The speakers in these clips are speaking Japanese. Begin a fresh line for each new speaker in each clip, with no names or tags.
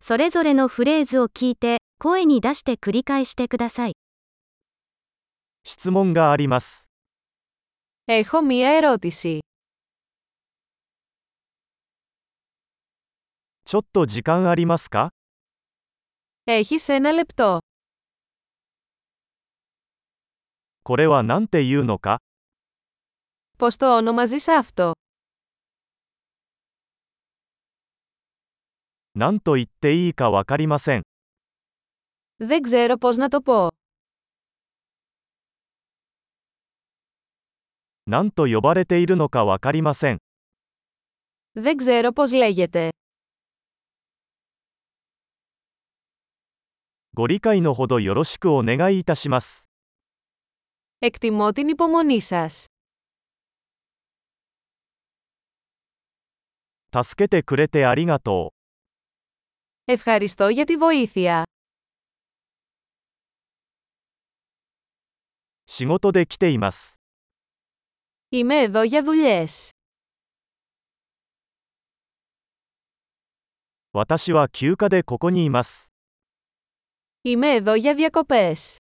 それぞれのフレーズを聞いて、声に出して繰り返してください。
質問があります。
Έχω μία ερώτηση.
ちょっと時間ありますか
Έχεις ένα λεπτό.
これは何て言うのか
Πώς το ονομαζείς αυτό?
何と言っていいかわかりません。
Δεν ξέρω πώς να το πω.
何と呼ばれているのかわかりません。
Δεν ξέρω πώς λέγεται.
ご理解のほどよろしくお願いいたします。
Εκτιμώ την υπομονή σας.
助けてくれてありがと
Ευχαριστώ για τη βοήθεια.
う。仕事で来ています。
Είμαι εδώ για δουλειές.
私は休暇でここにいます。
Είμαι εδώ για διακοπές.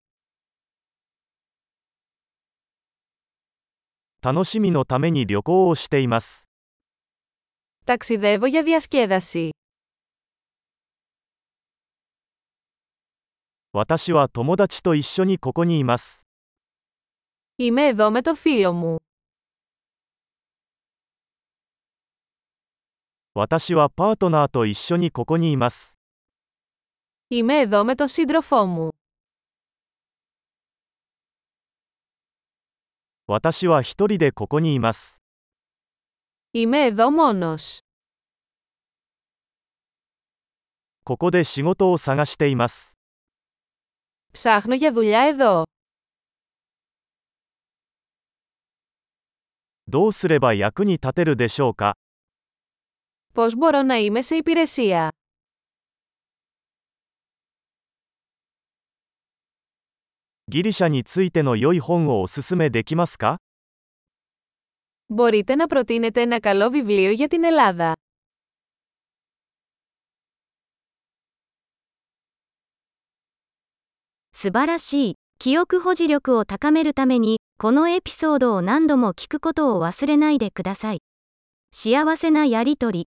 楽しみのために旅行をしています。
Ταξιδεύω για διασκέδαση.
私は友達と一緒にここにいます。
Είμαι εδώ με το φίλο μου.
私はパートナーと一緒にここにいます。
Είμαι εδώ με τον σύντροφό μου.
私は一人でここにいます。
Είμαι εδώ μόνος.
ここで仕事を探しています。
Ψάχνω για δουλειά εδώ.
どうすれば役に立てるでしょうか
Πώς μπορώ να είμαι σε υπηρεσία.
ギリシャについての良い本をおすすめできますか
Μπορείτε να προτείνετε ένα καλό βιβλίο για την Ελλάδα.
素晴らしい。記憶保持力を高めるために、このエピソードを何度も聞くことを忘れないでください。幸せなやりとり。